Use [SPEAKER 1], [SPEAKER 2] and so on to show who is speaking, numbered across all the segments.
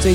[SPEAKER 1] 最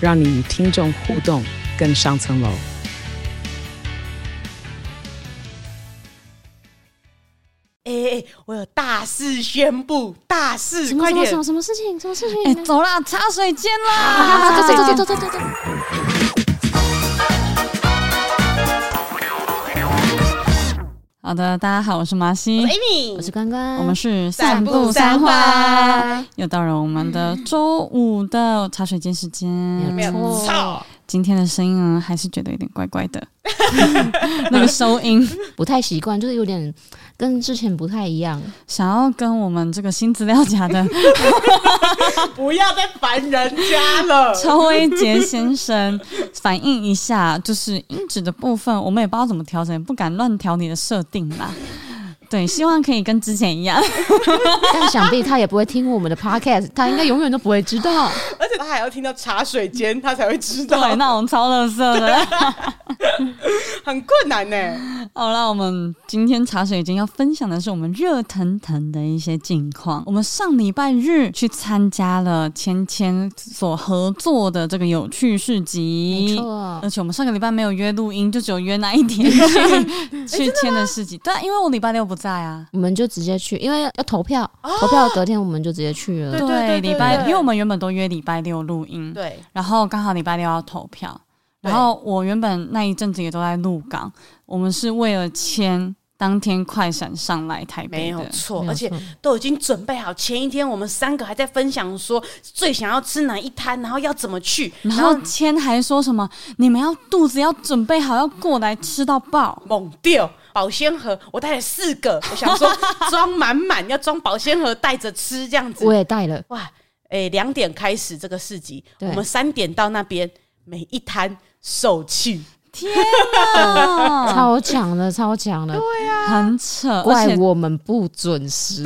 [SPEAKER 1] 让你与听众互动更上层楼。
[SPEAKER 2] 哎、哎，我有大事宣布，大事，
[SPEAKER 3] 什么
[SPEAKER 2] 快
[SPEAKER 3] 什么
[SPEAKER 2] 点
[SPEAKER 3] 什！么什么事情？什么事情？
[SPEAKER 4] 哎、走啦，茶水间啦！
[SPEAKER 3] 啊走走走 走走走走。
[SPEAKER 4] 好的，大家好，我是麻西
[SPEAKER 2] 我是，Amy，
[SPEAKER 3] 我是关关，
[SPEAKER 4] 我们是
[SPEAKER 2] 哎散步三
[SPEAKER 4] 三
[SPEAKER 2] 花，
[SPEAKER 4] 又到了我们的周五的茶水间时
[SPEAKER 2] 没
[SPEAKER 4] 间。
[SPEAKER 2] 有
[SPEAKER 3] 哦
[SPEAKER 2] 操，
[SPEAKER 4] 今天的声音呢，还是觉得有点怪怪的， 那个收音，
[SPEAKER 3] 不太习惯，就是有点跟之前不太一样。
[SPEAKER 4] 想要跟我们这个新资料夹 的
[SPEAKER 2] 不要再烦人家了。
[SPEAKER 4] 邱威杰先生反映一下，就是音质的部分，我们也不知道怎么调整，不敢乱调你的设定啦。对，希望可以跟之前一 样。
[SPEAKER 3] 但想必他也不会听我们的 podcast，他应该永远都不会知道。
[SPEAKER 2] 而且他还要听到茶水间，他才会知道
[SPEAKER 4] 对，，那种超乐色的。
[SPEAKER 2] 很困难呢、
[SPEAKER 4] 好了，我们今天茶水间要分享的是我们热腾腾的一些近况。我们上礼拜日去参加了芊芊所合作的这个有趣市
[SPEAKER 3] 没
[SPEAKER 4] 集。
[SPEAKER 3] 错
[SPEAKER 4] 而，且我们上个礼拜没有约录音，就只有约那一天
[SPEAKER 2] 哎
[SPEAKER 4] 去去签的市集。对啊，因为我礼拜六不在啊。
[SPEAKER 3] 我们就直接去，因为要投票，投票隔天我们就直接去了
[SPEAKER 2] 对。对对
[SPEAKER 4] 礼拜
[SPEAKER 2] 对，
[SPEAKER 4] 因为我们原本都约礼拜六录音，
[SPEAKER 2] 对，
[SPEAKER 4] 然后刚好礼拜六要投票，
[SPEAKER 2] 对
[SPEAKER 4] 然后我原本那一阵子也都在鹿港，我们是为了签当天快闪上来台
[SPEAKER 2] 没
[SPEAKER 4] 北
[SPEAKER 2] 有
[SPEAKER 4] 的。
[SPEAKER 2] 错，
[SPEAKER 3] 没有
[SPEAKER 2] 而且
[SPEAKER 3] 错
[SPEAKER 2] 都已经准备好。前一天我们三个还在分享说最想要吃哪一摊，然后要怎么去，
[SPEAKER 4] 然后签还说什么你们要肚子要准备好，要过来吃到爆。
[SPEAKER 2] 猛掉保鲜盒，我带了四个，我想说装满满，要装保鲜盒带着吃这样子
[SPEAKER 3] 我。也带了，
[SPEAKER 2] 哇，哎、两点开始这个市集，我
[SPEAKER 3] 对
[SPEAKER 2] 们三点到那边，每一摊售罄。
[SPEAKER 4] 天哪，
[SPEAKER 3] 超强的，超强的，
[SPEAKER 4] 很扯！而
[SPEAKER 3] 怪
[SPEAKER 4] 且
[SPEAKER 3] 我们不准时。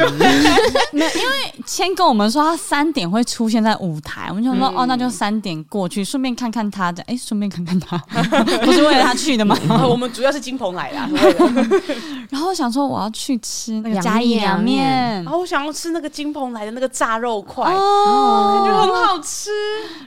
[SPEAKER 4] 签跟我们说他三点会出现在舞台，我们就说、哦，那就三点过去，顺便看看他的。哎，顺便看看 他，不是为了他去 的吗？
[SPEAKER 3] 嗯
[SPEAKER 2] 啊我们主要是金鹏来啦，为了
[SPEAKER 4] 然后想说我要去吃那个
[SPEAKER 3] 凉
[SPEAKER 4] 嘉义
[SPEAKER 3] 面
[SPEAKER 4] 凉面
[SPEAKER 2] 然。后我想要吃那个金鹏来的那个炸肉块，
[SPEAKER 4] 哦，
[SPEAKER 2] 就很好吃。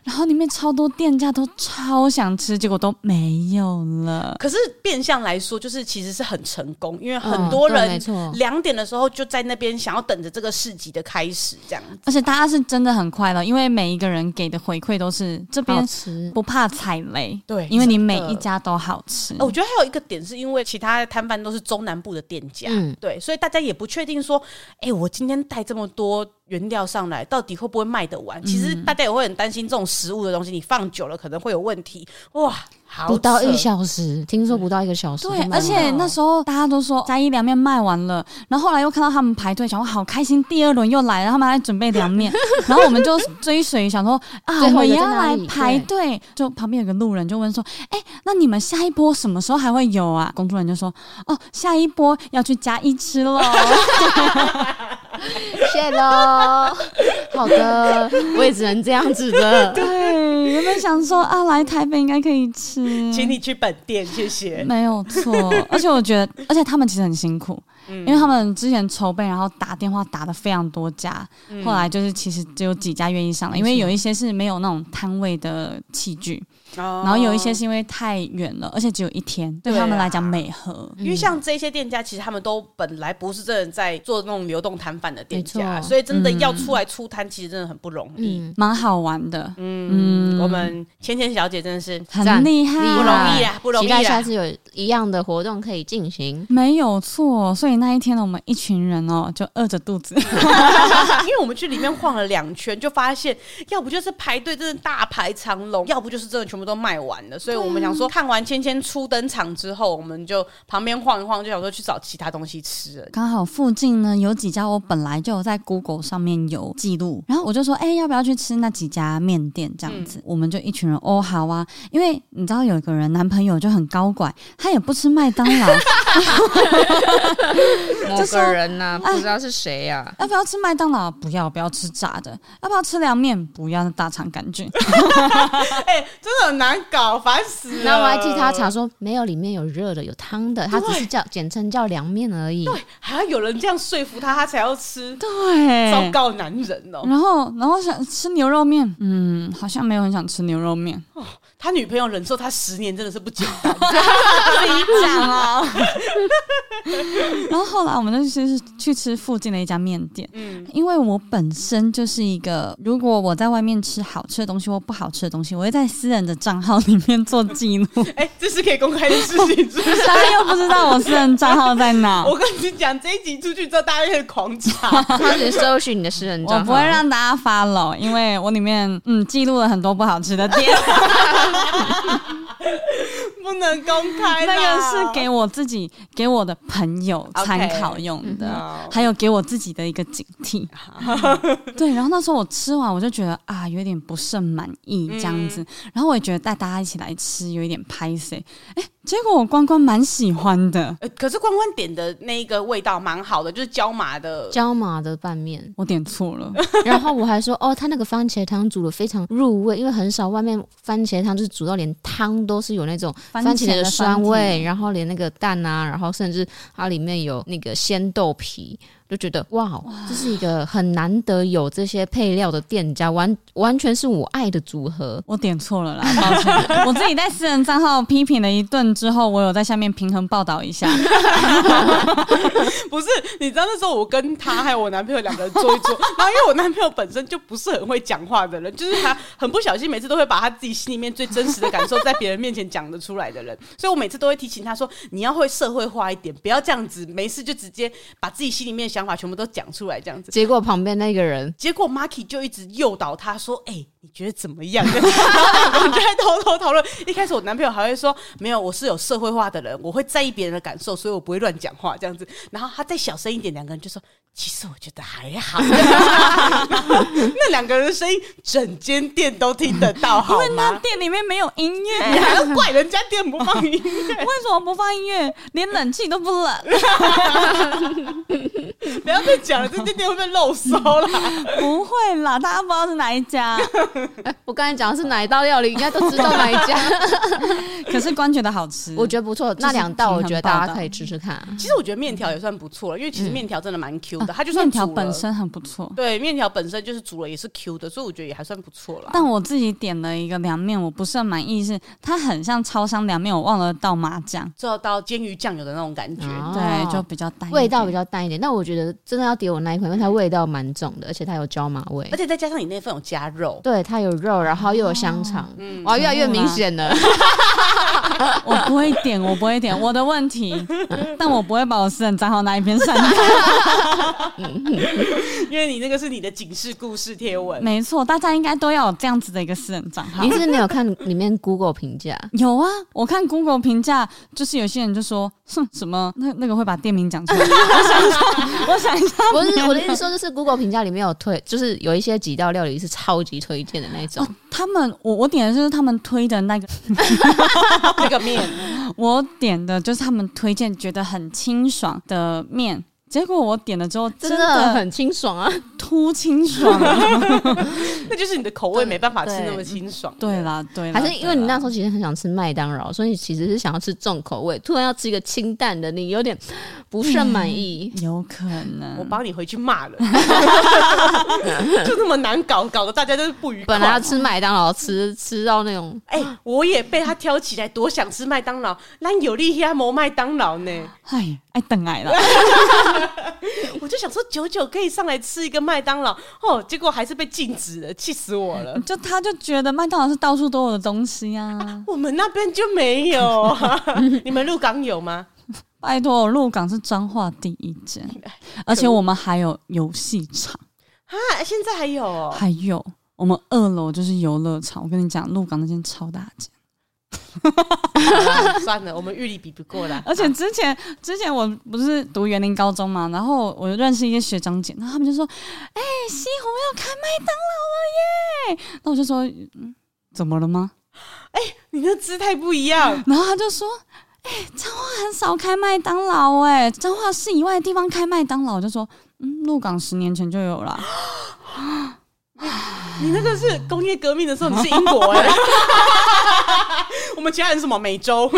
[SPEAKER 4] 然后里面超多店家都超想吃，结果都没有了。
[SPEAKER 2] 可是变相来说，就是其实是很成功，因为很
[SPEAKER 3] 嗯
[SPEAKER 2] 多
[SPEAKER 3] 对
[SPEAKER 2] 人
[SPEAKER 3] 没错
[SPEAKER 2] 两点的时候就在那边想要等着这个市集的开始，这样
[SPEAKER 4] 而且大家是真的很快乐，因为每一个人给的回馈都是这
[SPEAKER 3] 好
[SPEAKER 4] 边
[SPEAKER 3] 吃，
[SPEAKER 4] 不怕踩雷，
[SPEAKER 2] 对
[SPEAKER 4] 因为你每
[SPEAKER 2] 真的
[SPEAKER 4] 一家都好吃。
[SPEAKER 2] 呃我觉得还有一个点是因为其他的摊贩都是中南部的店家，
[SPEAKER 3] 嗯
[SPEAKER 2] 对，所以大家也不确定说，哎、我今天带这么多原料上来，到底会不会卖得完？其实大家也会很担心这种食物的东西，你放久了可能会有问题。哇，好
[SPEAKER 3] 不到
[SPEAKER 2] 扯
[SPEAKER 3] 一小时，听说不到一个小时就
[SPEAKER 4] 对
[SPEAKER 3] 卖完，了。
[SPEAKER 4] 而且那时候大家都说嘉义凉面卖完了，然后后来又看到他们排队，想说好开心，第二轮又来了，他们还准备凉面，然后我们就追随，想说啊，
[SPEAKER 3] 最
[SPEAKER 4] 我
[SPEAKER 3] 后
[SPEAKER 4] 们
[SPEAKER 3] 一个
[SPEAKER 4] 也
[SPEAKER 3] 在
[SPEAKER 4] 要
[SPEAKER 3] 哪
[SPEAKER 4] 来
[SPEAKER 3] 里
[SPEAKER 4] 排队。就旁边有个路人就问说，哎、那你们下一波什么时候还会有啊？工作人员就说，哦，下一波要去嘉义吃喽。
[SPEAKER 3] 谢 喽。好的，我也只能这样子的。
[SPEAKER 4] 对，原本想说啊，来台北应该可以吃，
[SPEAKER 2] 请你去本店，谢谢。
[SPEAKER 4] 没有错，而且我觉得，而且他们其实很辛苦，因为他们之前筹备，然后打电话打的非常多家，
[SPEAKER 2] 嗯
[SPEAKER 4] 后来就是其实只有几家愿意上来，因为有一些嗯是没有那种摊位的器具，
[SPEAKER 2] 然
[SPEAKER 4] 然后有一些是因为太远了，而且只有一天，哦对
[SPEAKER 2] 对
[SPEAKER 4] 他们来
[SPEAKER 2] 啊
[SPEAKER 4] 讲美和。
[SPEAKER 2] 因为像这些店家，其实他们都本来不是真的在做那种流动摊贩的店家，
[SPEAKER 3] 没错
[SPEAKER 2] 所以真的要出来出摊，其实真的很不容易。
[SPEAKER 3] 嗯，
[SPEAKER 4] 蛮好玩的，
[SPEAKER 2] 嗯，我们芊芊小姐真的是
[SPEAKER 4] 很
[SPEAKER 3] 赞
[SPEAKER 4] 厉害，
[SPEAKER 3] 不
[SPEAKER 2] 不容易啦，不容啊
[SPEAKER 3] 期
[SPEAKER 2] 易
[SPEAKER 3] 待下
[SPEAKER 2] 啦。
[SPEAKER 3] 次有一样的活动可以进行。
[SPEAKER 4] 没有错，所以以那一天呢，我们一群人哦，就饿着肚 子，
[SPEAKER 2] 因为我们去里面晃了两圈，就发现要不就是排队真的大排长龙，要不就是真的全部都卖完了。所以我们
[SPEAKER 4] 啊
[SPEAKER 2] 想说，看完芊芊初登场之后，我们就旁边晃一晃，就想说去找其他东西吃了。
[SPEAKER 4] 刚好附近呢有几家我本来就有在 Google 上面有记录，然后我就说，哎、要不要去吃那几家面店这样子？我们就一哎群人哦，好啊，因为你知道有一个人男朋友就很高拐，他也不吃麦当劳，
[SPEAKER 5] 某个人呐、
[SPEAKER 4] 哎
[SPEAKER 5] 不知道是谁啊呀、
[SPEAKER 4] 要不要吃麦当劳？不要，不要吃炸的。要不要吃凉面？不要，那大肠杆菌。
[SPEAKER 2] 哎、真的很难搞，烦死了。
[SPEAKER 3] 然后我还替他查说，没有，里面有热的，有汤的，它只是叫简称叫凉面而已。
[SPEAKER 2] 还要有人这样说服他，他才要吃。
[SPEAKER 4] 对嗯
[SPEAKER 2] 糟糕，男人哦、
[SPEAKER 4] 然后，然后想吃牛肉面，嗯，好像没有很想吃牛肉面。
[SPEAKER 2] 他女朋友忍受他十年真的是不 简单。
[SPEAKER 4] 自己讲哦。 然后后来我们就去去吃附近的一家面店，
[SPEAKER 2] 嗯，
[SPEAKER 4] 因为我本身就是一个，如果我在外面吃好吃的东西或不好吃的东西，我会在私人的账号里面做记录，
[SPEAKER 2] 哎、这是可以公开的事情，是不 是？
[SPEAKER 4] 大家又不知道我私人账号在 哪。
[SPEAKER 2] 我跟你讲，这一集出去之后，大家开始狂 查。
[SPEAKER 5] 他只搜寻你的私人账
[SPEAKER 4] 我
[SPEAKER 5] 号，
[SPEAKER 4] 不会让大家发了，因为我里面嗯记录了很多不好吃的店，
[SPEAKER 2] 不能公开啦，
[SPEAKER 4] 那个是给我自己、给我的朋友参考用的
[SPEAKER 2] OK，嗯
[SPEAKER 4] 还有给我自己的一个警 惕。对，然后那时候我吃完，我就觉得啊，有点不甚满意这样子，然后我也觉得带大家一起来吃有一点拍谁，哎、结果我关关蛮喜欢的，
[SPEAKER 2] 呃可是关关点的那一个味道蛮好的，就是椒麻的。
[SPEAKER 3] 椒麻的拌
[SPEAKER 4] ，
[SPEAKER 3] 面
[SPEAKER 4] 我点错 了，
[SPEAKER 3] 然后我还说哦，他那个番茄汤煮的非常入味，因为很少外面番茄汤就是煮到连汤都是有那种
[SPEAKER 4] 番
[SPEAKER 3] 番茄
[SPEAKER 4] 的
[SPEAKER 3] 的酸
[SPEAKER 4] 甜
[SPEAKER 3] 味，。然后连那个蛋啊，然后甚至它里面有那个鲜豆皮，就觉得哇，哦这是一个很难得有这些配料的店家，完完全是我爱的组合。
[SPEAKER 4] 我点错了啦，抱歉。我自己在私人账号批评了一顿之后，我有在下面平衡报道一下。
[SPEAKER 2] 不是，你知道那时候我跟他还有我男朋友两个人坐一坐，然后因为我男朋友本身就不是很会讲话的人，就是他很不小心，每次都会把他自己心里面最真实的感受在别人面前讲得出来的人，所以我每次都会提醒他说，你要会社会化一点，不要这样子，没事就直接把自己心里面的想法全部都讲出来，这样子。
[SPEAKER 3] 结果旁边那个人
[SPEAKER 2] 结果 Marky 就一直诱导他说：“哎、你觉得怎么样？” 然后我们就在偷偷讨论。一开始我男朋友还会说：“没有，我是有社会化的人，我会在意别人的感受，所以我不会乱讲话这样子。”然后他再小声一点，两个人就说：“其实我觉得还好。” 那两个人的声音，整间店都听得到，好
[SPEAKER 4] 问他
[SPEAKER 2] 吗？
[SPEAKER 4] 店里面没有音乐，
[SPEAKER 2] 你
[SPEAKER 3] 哎
[SPEAKER 2] 还要怪人家店不放音乐，
[SPEAKER 4] 为什么不放音乐？连冷气都不 冷。
[SPEAKER 2] 不要再讲了，这间店会被漏收 啦。
[SPEAKER 4] 不会啦，大家不知道是哪一家，
[SPEAKER 3] 我刚才讲的是哪一道料理，应该都知道哪一 家。嗯
[SPEAKER 4] 可是关觉得好吃。
[SPEAKER 3] 我觉得不错，那两道我觉得大家可以吃吃看。
[SPEAKER 2] 其实我觉得面条也算不错了，因为其实面条真的蛮 Q 的，它就算
[SPEAKER 4] 啊面条
[SPEAKER 2] 煮了
[SPEAKER 4] 本身很不错，
[SPEAKER 3] 嗯
[SPEAKER 2] 对，面条本身就是煮了也是 Q 的，所以我觉得也还算不错啦。
[SPEAKER 4] 但我自己点了一个凉面，我不是很满意是，它很像超商凉面，我忘了倒麻酱，
[SPEAKER 2] 做到煎鱼酱油的那种感觉，
[SPEAKER 3] 哦
[SPEAKER 4] 对，就比较淡一点，
[SPEAKER 3] 味道比较淡一点，但我觉得真的要点我那一款，因为它味道蛮重的，而且它有椒麻味
[SPEAKER 2] 而，且再加上你那份有加肉，
[SPEAKER 3] 对，它有肉，然后又有香肠，哇，越来越明显 了。
[SPEAKER 4] 我不会点，我不会点，我的问题， 但我不会把我私人账号那一篇删掉。
[SPEAKER 2] 因为你那个是你的警示故事贴文。
[SPEAKER 4] 没错，大家应该都要有这样子的一个私人账号
[SPEAKER 3] 你。是不是没有看里面 Google 评价？
[SPEAKER 4] 有啊，我看 Google 评价，就是有些人就说，哼，什么那那个会把店名讲出来。 我想一下，我想一下，
[SPEAKER 3] 不是 我的意思说，就是 Google 评价里面有推，就是有一些几道料理是超级推荐的那种。
[SPEAKER 4] 他们，我我点的就是他们推的那个，
[SPEAKER 2] 那个面，
[SPEAKER 4] 我点的就是他们推荐觉得很清爽的面。结果我点了之后，真
[SPEAKER 3] 真的很清爽啊！
[SPEAKER 4] 突清爽。 啊
[SPEAKER 2] 那就是你的口味没办法吃
[SPEAKER 3] 对
[SPEAKER 2] 那么清爽。
[SPEAKER 4] 对啦，对 啦，
[SPEAKER 3] 还是因为你那时
[SPEAKER 4] 候
[SPEAKER 3] 候其实很想吃麦当劳，所以你其实是想要吃重口味，突然要吃一个清淡的，你有点不甚满意。
[SPEAKER 4] 有可能，
[SPEAKER 2] 我帮你回去骂 了，就那么难搞，搞得大家都是不愉快。
[SPEAKER 3] 本来要吃麦当劳，吃吃到那种
[SPEAKER 2] 哎、我也被他挑起来，多想吃麦当劳，那有利亚摩麦当劳呢？
[SPEAKER 4] 哎哎等来了，
[SPEAKER 2] 我就想说，久久可以上来吃一个麦当劳，哦，结果还是被禁止了，气死我了。
[SPEAKER 4] 就他就觉得麦当劳是到 处都有的东西呀、啊。
[SPEAKER 2] 我们那边就没有啊、你们鹿港有吗？
[SPEAKER 4] 拜托，鹿港是彰化第一 间，而且我们还有游戏场，
[SPEAKER 2] 啊，现在还有哦、
[SPEAKER 4] 还有我们二楼就是游乐场。我跟你讲，鹿港那间超大间。
[SPEAKER 2] 好啦算了，我们玉力比不过啦。
[SPEAKER 4] 而且之前之前我不是读园林高中嘛，然后我认识一些学长姐，然后他们就说：“哎、西湖要开麦当劳了耶！”那我就说：“嗯，怎么了吗
[SPEAKER 2] 你那姿态不一样？”，
[SPEAKER 4] 然后他就说：“哎、彰化很少开麦当劳哎，彰化市以外的地方开麦当劳。”我就说：“嗯，鹿港十年前就有了。”
[SPEAKER 2] 你那个是工业革命的时候，你是英国哎、我们其他人是什么美洲，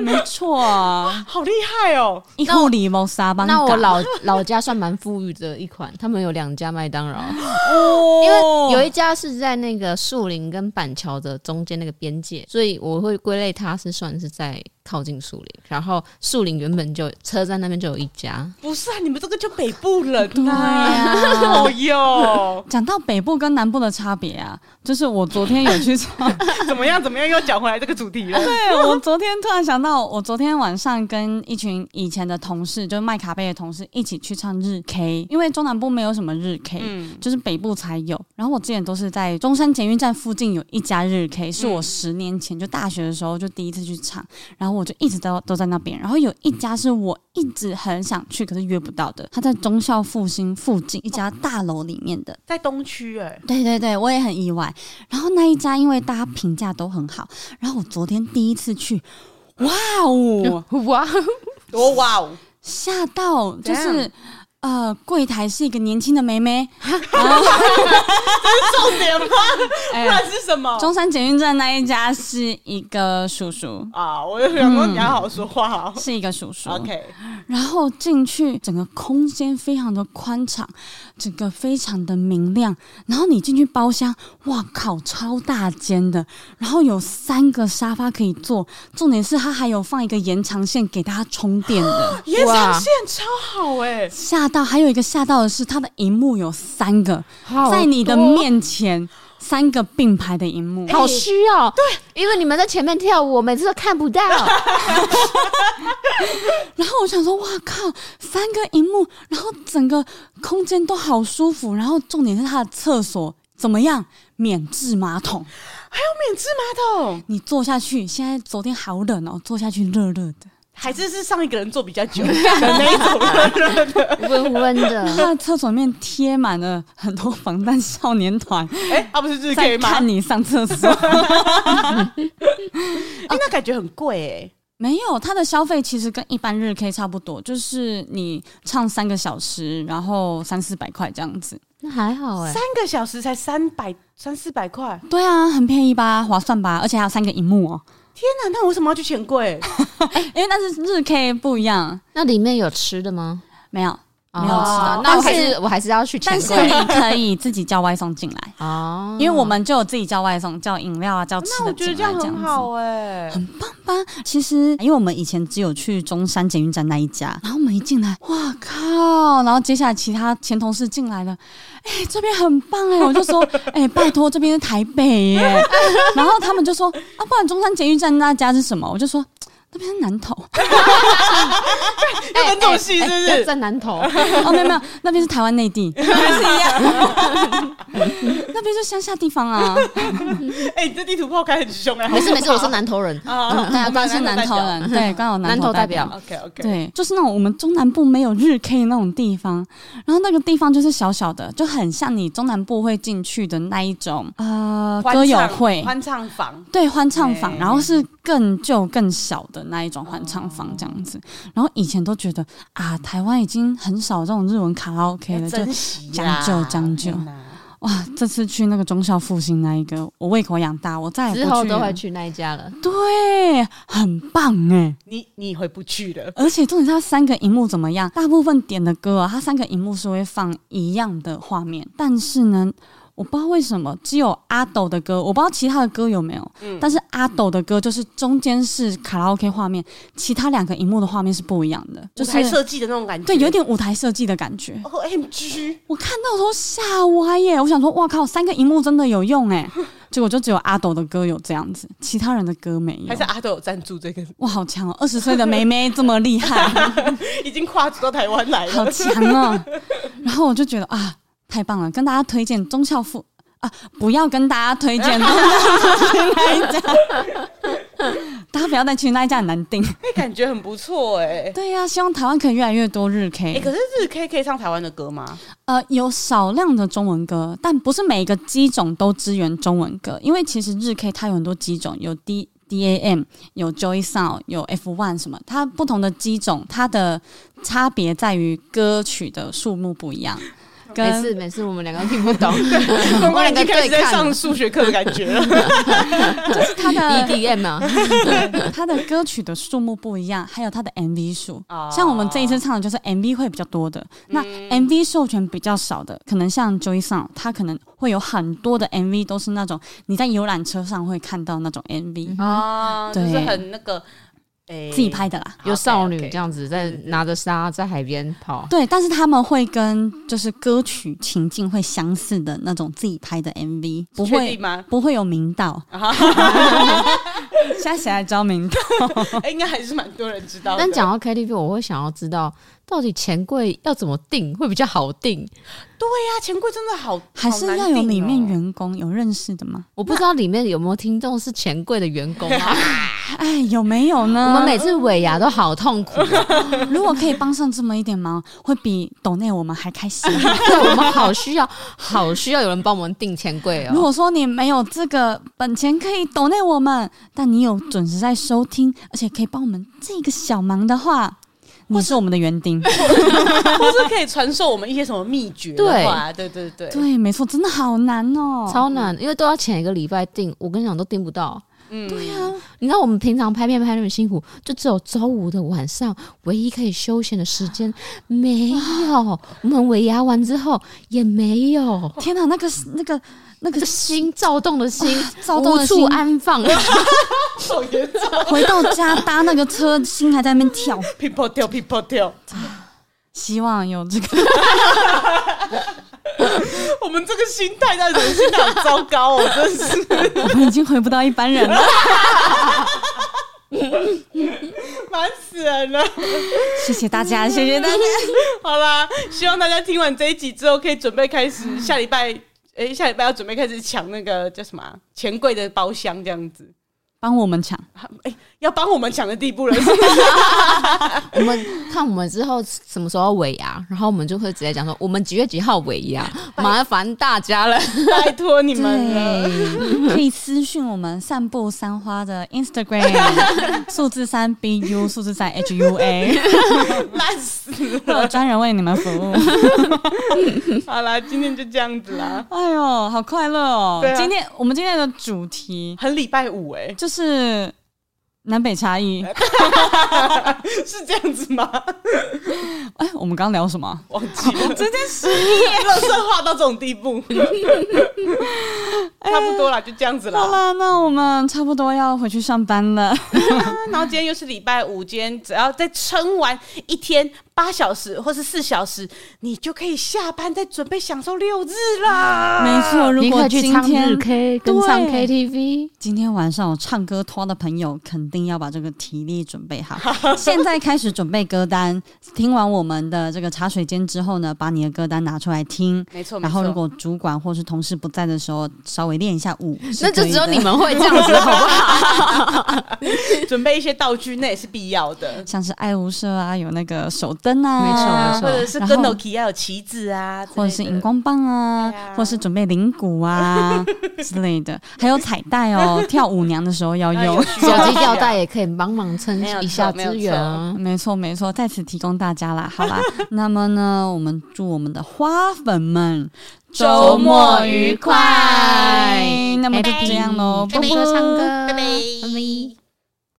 [SPEAKER 4] 没错啊，
[SPEAKER 2] 好厉害哦！
[SPEAKER 4] 一户里谋沙邦。
[SPEAKER 3] 那我老老家算蛮富裕的一款，他们有两家麦当劳，因
[SPEAKER 2] 哦
[SPEAKER 3] 为有一家是在那个树林跟板桥的中间那个边界，所以我会归类它是算是在靠近树林。然后树林原本就车站那边就有一家，
[SPEAKER 2] 不是啊，你们这个就北部人
[SPEAKER 4] 对
[SPEAKER 2] 呐、
[SPEAKER 4] 呀、
[SPEAKER 2] 哦哟，
[SPEAKER 4] 讲到北部跟南部的差别啊，就是我昨天有去查，
[SPEAKER 2] 怎么样？怎么样？又讲回来这个主题了。
[SPEAKER 4] 对我昨天突然想到，我昨天晚上跟一群以前的同事，就是麦卡贝的同事一起去唱日 K，因为中南部没有什么日 K，、
[SPEAKER 2] 嗯，
[SPEAKER 4] 就是北部才有。然后我之前都是在中山捷运站附近有一家日 K，是我十年前就大学的时候就第一次去唱，然后我就一直都都在那边。然后有一家是我一直很想去，可是约不到的，它在中校复兴附近一家大楼里面的。
[SPEAKER 2] 在东区哎、
[SPEAKER 4] 对对对，我也很意外。然后那一家因为大家评价都很好，然后我昨天第一次去，哇哦，
[SPEAKER 3] 哇，
[SPEAKER 2] 多哇 哦！
[SPEAKER 4] 吓到！
[SPEAKER 2] 怎
[SPEAKER 4] 就是
[SPEAKER 2] 样
[SPEAKER 4] 呃，柜台是一个年轻的妹妹，然后
[SPEAKER 2] 重点吗？不
[SPEAKER 4] 哎呀
[SPEAKER 2] 然是什么？
[SPEAKER 4] 中山捷运站那一家是一个叔叔，
[SPEAKER 2] 啊，我就想说你要好好说话哦。
[SPEAKER 4] 是一个叔叔。
[SPEAKER 2] OK，。
[SPEAKER 4] 然后进去，整个空间非常的宽敞，整个非常的明亮。然后你进去包厢，哇靠，超大间的，然后有三个沙发可以坐，重点是它还有放一个延长线给大家充电的
[SPEAKER 2] 延长
[SPEAKER 3] 哇
[SPEAKER 2] 线超好
[SPEAKER 4] 欸
[SPEAKER 2] 哎、
[SPEAKER 4] 吓到，还有一个吓到的是，它的荧幕有三个，
[SPEAKER 3] 好
[SPEAKER 4] 在你的
[SPEAKER 3] 多
[SPEAKER 4] 面前三个并排的荧幕。
[SPEAKER 3] 好需要，哎对，因为你们在前面跳舞，我每次都看 不到，
[SPEAKER 4] 然后我想说，哇靠，三个荧幕，然后整个空间都好舒服。然后重点是它的厕所怎么样？免治马桶，
[SPEAKER 2] 免治马桶，
[SPEAKER 4] 你坐下去。现在昨天好冷哦，坐下去热热的。
[SPEAKER 2] 还是是上一个人坐比较 久的那一种人。
[SPEAKER 3] 温温的。
[SPEAKER 4] 它的厕所里面贴满了很多防弹少年团
[SPEAKER 2] 哎、他、不是日
[SPEAKER 4] 在
[SPEAKER 2] K 吗？
[SPEAKER 4] 看你上厕所。
[SPEAKER 2] 哎、那感觉很贵哎、
[SPEAKER 4] 没有，它的消费其实跟一般日 K 差不多，就是你唱三个小时，然后三四百块这样子。
[SPEAKER 3] 那还
[SPEAKER 4] 哦
[SPEAKER 3] 好哎、
[SPEAKER 2] 三个小时才三百三四百块，
[SPEAKER 4] 对啊，很便宜吧，划算吧，而且还有三个荧幕哦。
[SPEAKER 2] 天哪！那我为什么要去钱柜？
[SPEAKER 4] 因为那是日 K 不一样，
[SPEAKER 3] 那里面有吃的吗？
[SPEAKER 4] 没有，
[SPEAKER 3] 哦
[SPEAKER 4] 没有吃到
[SPEAKER 3] 那我
[SPEAKER 4] 但
[SPEAKER 3] 还
[SPEAKER 4] 是
[SPEAKER 3] 是我还是要去钱
[SPEAKER 4] 但是
[SPEAKER 3] 柜
[SPEAKER 4] 你可以自己叫外送进来，
[SPEAKER 3] 哦，
[SPEAKER 4] 因为我们就有自己叫外送，叫饮料啊，叫吃
[SPEAKER 2] 那我
[SPEAKER 4] 的
[SPEAKER 2] 觉
[SPEAKER 4] 进
[SPEAKER 2] 得
[SPEAKER 4] 来
[SPEAKER 2] 这
[SPEAKER 4] 这样
[SPEAKER 2] 很
[SPEAKER 4] 子。
[SPEAKER 2] 好哎、
[SPEAKER 4] 吧，其实因为我们以前只有去中山捷运站那一家，然后我们一进来，哇靠！然后接下来其他前同事进来了，哎、这边很棒哎、我就说，哎、拜托，这边是台北耶、然后他们就说，啊，不然中山捷运站那家是什么？我就说，那边是南投。
[SPEAKER 2] 要跟这种戏是不是？
[SPEAKER 3] 哎要在南 头，
[SPEAKER 4] 哦，没有没有，那边是台湾内地，还是一样， 那边就乡下地方啊。
[SPEAKER 2] 哎、你这地图炮开很凶哎、
[SPEAKER 3] 没 事没事，我是南头人。
[SPEAKER 2] 啊，
[SPEAKER 4] 对啊，刚是南投人，对，刚好
[SPEAKER 3] 南
[SPEAKER 4] 投
[SPEAKER 3] 投代
[SPEAKER 4] 表。
[SPEAKER 3] 表
[SPEAKER 2] OK OK，，
[SPEAKER 4] 对，就是那种我们中南部没有日 K 那种地方，然后那个地方就是小小的，就很像你中南部会进去的那一种呃歌友会，
[SPEAKER 2] 欢唱房，
[SPEAKER 4] 对欢唱
[SPEAKER 2] 哎
[SPEAKER 4] 房，然后是更旧更小的那一种欢唱房这样子。然后以前都觉得啊，台湾已经很少这种日文卡拉 OK 了，
[SPEAKER 2] 要
[SPEAKER 4] 就
[SPEAKER 2] 珍惜
[SPEAKER 4] 将就将就
[SPEAKER 2] 天哪
[SPEAKER 4] 哇，这次去那个中校复兴那一个，我胃口养大，哎我再也不
[SPEAKER 3] 之后
[SPEAKER 4] 去
[SPEAKER 3] 都
[SPEAKER 4] 了
[SPEAKER 3] 会。去那一家了。
[SPEAKER 4] 对，很棒哎、
[SPEAKER 2] 你你回不去了。
[SPEAKER 4] 而且重点是它三个荧幕怎么样？大部分点的歌啊，它三个荧幕是会放一样的画面，但是呢，我不知道为什么只有阿斗的歌，我不知道其他的歌有没有，
[SPEAKER 2] 嗯
[SPEAKER 4] 但是阿斗的歌就是中间是卡拉 OK 画面，其他两个荧幕的画面是不一样的，就
[SPEAKER 2] 舞台
[SPEAKER 4] 是
[SPEAKER 2] 设计的那种感觉，
[SPEAKER 4] 对有点舞台设计的感觉。
[SPEAKER 2] O M G，
[SPEAKER 4] 我看到的时候吓歪耶！我想说，哇靠，三个荧幕真的有用哎！ 结果就只有阿斗的歌有这样子，其他人的歌没有
[SPEAKER 2] 还是。阿斗有赞助这个，
[SPEAKER 4] 哇，好强哦！二十岁的梅梅这么厉害，
[SPEAKER 2] 已经跨足到台湾来
[SPEAKER 4] 好
[SPEAKER 2] 了。哎
[SPEAKER 4] 强哦！然后我就觉得啊，太棒了，跟大家推荐忠孝父啊，不要跟大家推荐忠孝复兴那一 家，大家不要再去那一家很难订。
[SPEAKER 2] 哎，感觉很不错哎。
[SPEAKER 4] 对呀、希望台湾可以越来越多日
[SPEAKER 2] 哎，
[SPEAKER 4] K，、
[SPEAKER 2] 可是日 K 可以唱台湾的歌吗？
[SPEAKER 4] 呃，有少量的中文歌，但不是每一个机种都支援中文歌，因为其实日 K 它有很多机种，有 D。D A M 有 Joy Sound 有 F One 什么，它不同的机种，它的差别在于歌曲的数目不一样。
[SPEAKER 3] 每
[SPEAKER 4] 跟
[SPEAKER 3] 次每次我们两个听不懂，
[SPEAKER 2] 关
[SPEAKER 3] 我
[SPEAKER 2] 关
[SPEAKER 3] 们两
[SPEAKER 2] 已
[SPEAKER 3] 个
[SPEAKER 2] 经开
[SPEAKER 3] 对
[SPEAKER 2] 始在
[SPEAKER 3] 看
[SPEAKER 2] 上数学课的感觉了。
[SPEAKER 4] 就是它 的
[SPEAKER 3] EDM 啊，
[SPEAKER 4] 它的歌曲的数目不一样，还有它的 MV 数。
[SPEAKER 2] 哦
[SPEAKER 4] 像我们这一次唱的就是 MV 会比较多的，那 MV 授权比较少的，可能像 Joy Sound，它可能会有很多的 MV 都是那种你在游览车上会看到那种 MV，、
[SPEAKER 2] 啊，就是
[SPEAKER 4] 嗯对
[SPEAKER 2] 很那个，哎，
[SPEAKER 4] 自己拍的啦。
[SPEAKER 3] 有少女
[SPEAKER 2] OK，OK
[SPEAKER 3] 这样子在拿着沙在海边跑，
[SPEAKER 4] 嗯对，但是他们会跟就是歌曲情境会相似的那种自己拍的 MV，不
[SPEAKER 2] 确
[SPEAKER 4] 会
[SPEAKER 2] 定吗？
[SPEAKER 4] 不会有明道。 现在谁来招明道？
[SPEAKER 2] 哎，应该还是蛮多人
[SPEAKER 4] 啊
[SPEAKER 2] 知道的。
[SPEAKER 3] 但讲到 KTV，我会想要知道到底钱柜要怎么定会比较好定。
[SPEAKER 2] 对哎呀，钱柜真的好，
[SPEAKER 4] 还
[SPEAKER 2] 好
[SPEAKER 4] 是
[SPEAKER 2] 难
[SPEAKER 4] 要有
[SPEAKER 2] 定
[SPEAKER 4] 里面
[SPEAKER 2] 哦
[SPEAKER 4] 员工有认识的吗？
[SPEAKER 3] 我不知道里面有没有听众是钱柜的员工啊？
[SPEAKER 4] 哎，有没有呢？
[SPEAKER 3] 我们每次尾牙都好痛苦，啊
[SPEAKER 4] 如果可以帮上这么一点忙，会比抖内我们还开 心。
[SPEAKER 3] 对我们好需要，好需要有人帮我们订钱柜
[SPEAKER 4] 如
[SPEAKER 3] 哦。
[SPEAKER 4] 果说你没有这个本钱可以抖内我们，但你有准时在收听，而且可以帮我们这个小忙的话，你是我们的园 丁。
[SPEAKER 2] 或是可以传授我们一些什么秘诀的
[SPEAKER 3] 对
[SPEAKER 2] 话，对对对，
[SPEAKER 4] 对，没错，真的好难哦。
[SPEAKER 3] 超难，因为都要前一个礼拜订，我跟你讲都订不到。
[SPEAKER 2] 嗯，
[SPEAKER 4] 对呀、
[SPEAKER 3] 你知道我们平常拍片拍那么辛苦，就只有周五的晚上唯一可以休闲的时间，没有。我们尾牙完之后也没有，
[SPEAKER 4] 天哪，那个那个那
[SPEAKER 3] 这
[SPEAKER 4] 个
[SPEAKER 3] 个心啊躁动的心，
[SPEAKER 4] 躁动的
[SPEAKER 3] 无处
[SPEAKER 4] 心，
[SPEAKER 3] 安放。
[SPEAKER 2] 好严重
[SPEAKER 4] 回到家搭那个车，心还在那边跳。
[SPEAKER 2] ，people 跳 people 跳，
[SPEAKER 4] 希望有这个
[SPEAKER 2] 我们这个心态，那人心态很糟糕哦，真是。
[SPEAKER 4] 我们已经回不到一般人 了。
[SPEAKER 2] 烦死人了！
[SPEAKER 4] 谢谢大家，谢谢大家。
[SPEAKER 2] 好啦，希望大家听完这一集之后，可以准备开始下礼拜，哎、下礼拜要准备开始抢那个叫什么啊、钱柜的包厢，这样子
[SPEAKER 4] 帮我们抢，
[SPEAKER 2] 要帮我们抢的地步了， 是不是
[SPEAKER 3] 我们看我们之后什么时候尾牙，然后我们就会直接讲说我们几月几号尾牙，麻烦大家了。
[SPEAKER 2] 拜托你们了。
[SPEAKER 4] 对，可以私讯我们散步三花的 Instagram 数字三 B U 数字三 H U A，
[SPEAKER 2] 烂死！
[SPEAKER 4] 会有专人为你们服务。
[SPEAKER 2] 好啦，今天就这样子啦，
[SPEAKER 4] 哎呦，好快乐哦！
[SPEAKER 2] 对啊
[SPEAKER 4] 今天我们今天的主题
[SPEAKER 2] 很礼拜五哎、
[SPEAKER 4] 就是南北差异。
[SPEAKER 2] 是这样子吗？
[SPEAKER 4] 哎，我们刚刚聊什么？
[SPEAKER 2] 忘记 了，
[SPEAKER 4] 直接是
[SPEAKER 2] 乐色化到这种地步， 差不多啦，就这样子
[SPEAKER 4] 好
[SPEAKER 2] 啦。
[SPEAKER 4] 了，那我们差不多要回去上班了。
[SPEAKER 2] 然后今天又是礼拜五，今天只要再撑完一天八小时或是四小时，你就可以下班再准备享受六 日啦。
[SPEAKER 4] 没错，如
[SPEAKER 3] 你可
[SPEAKER 4] 果
[SPEAKER 3] 以去
[SPEAKER 4] 今
[SPEAKER 3] 唱日
[SPEAKER 4] 天
[SPEAKER 3] K 跟唱
[SPEAKER 4] 对
[SPEAKER 3] KTV，
[SPEAKER 4] 今天晚上有唱歌拖的朋友，肯定要把这个体力准备好。现在开始准备歌单，听完我们的这个茶水间之后呢，把你的歌单拿出来听。
[SPEAKER 2] 没错，
[SPEAKER 4] 然后，
[SPEAKER 2] 没
[SPEAKER 4] 如
[SPEAKER 2] 错
[SPEAKER 4] 果主管或是同事不在的时候，稍微练一下舞，是
[SPEAKER 3] 那就
[SPEAKER 4] 可以
[SPEAKER 3] 只有
[SPEAKER 4] 的
[SPEAKER 3] 你。们会这样 子，好不好？
[SPEAKER 2] 准备一些道具，那也是必要的。
[SPEAKER 4] 像是爱无社啊，有那个手灯啊，
[SPEAKER 3] 没错没错
[SPEAKER 2] 或者是
[SPEAKER 4] 然后
[SPEAKER 2] 跟斗旗要有旗子啊，
[SPEAKER 4] 或者
[SPEAKER 2] 之
[SPEAKER 4] 是
[SPEAKER 2] 类的
[SPEAKER 4] 荧光棒啊，
[SPEAKER 2] 对啊
[SPEAKER 4] 或是准备铃鼓 啊之类的，还有彩带哦，跳舞娘的时候要
[SPEAKER 2] 哎
[SPEAKER 4] 用
[SPEAKER 2] 有。 需要
[SPEAKER 3] 手机吊带也可以帮忙撑一下
[SPEAKER 2] 没有错
[SPEAKER 3] 资源啊。
[SPEAKER 4] 没错，没错，在此提供大家啦，好 啦，那么呢，我们祝我们的花粉们
[SPEAKER 2] 周末愉快哎
[SPEAKER 4] 那么就这样喽，
[SPEAKER 3] 祝
[SPEAKER 4] 拜
[SPEAKER 3] 你
[SPEAKER 4] 拜。
[SPEAKER 3] 歌唱歌，拜拜。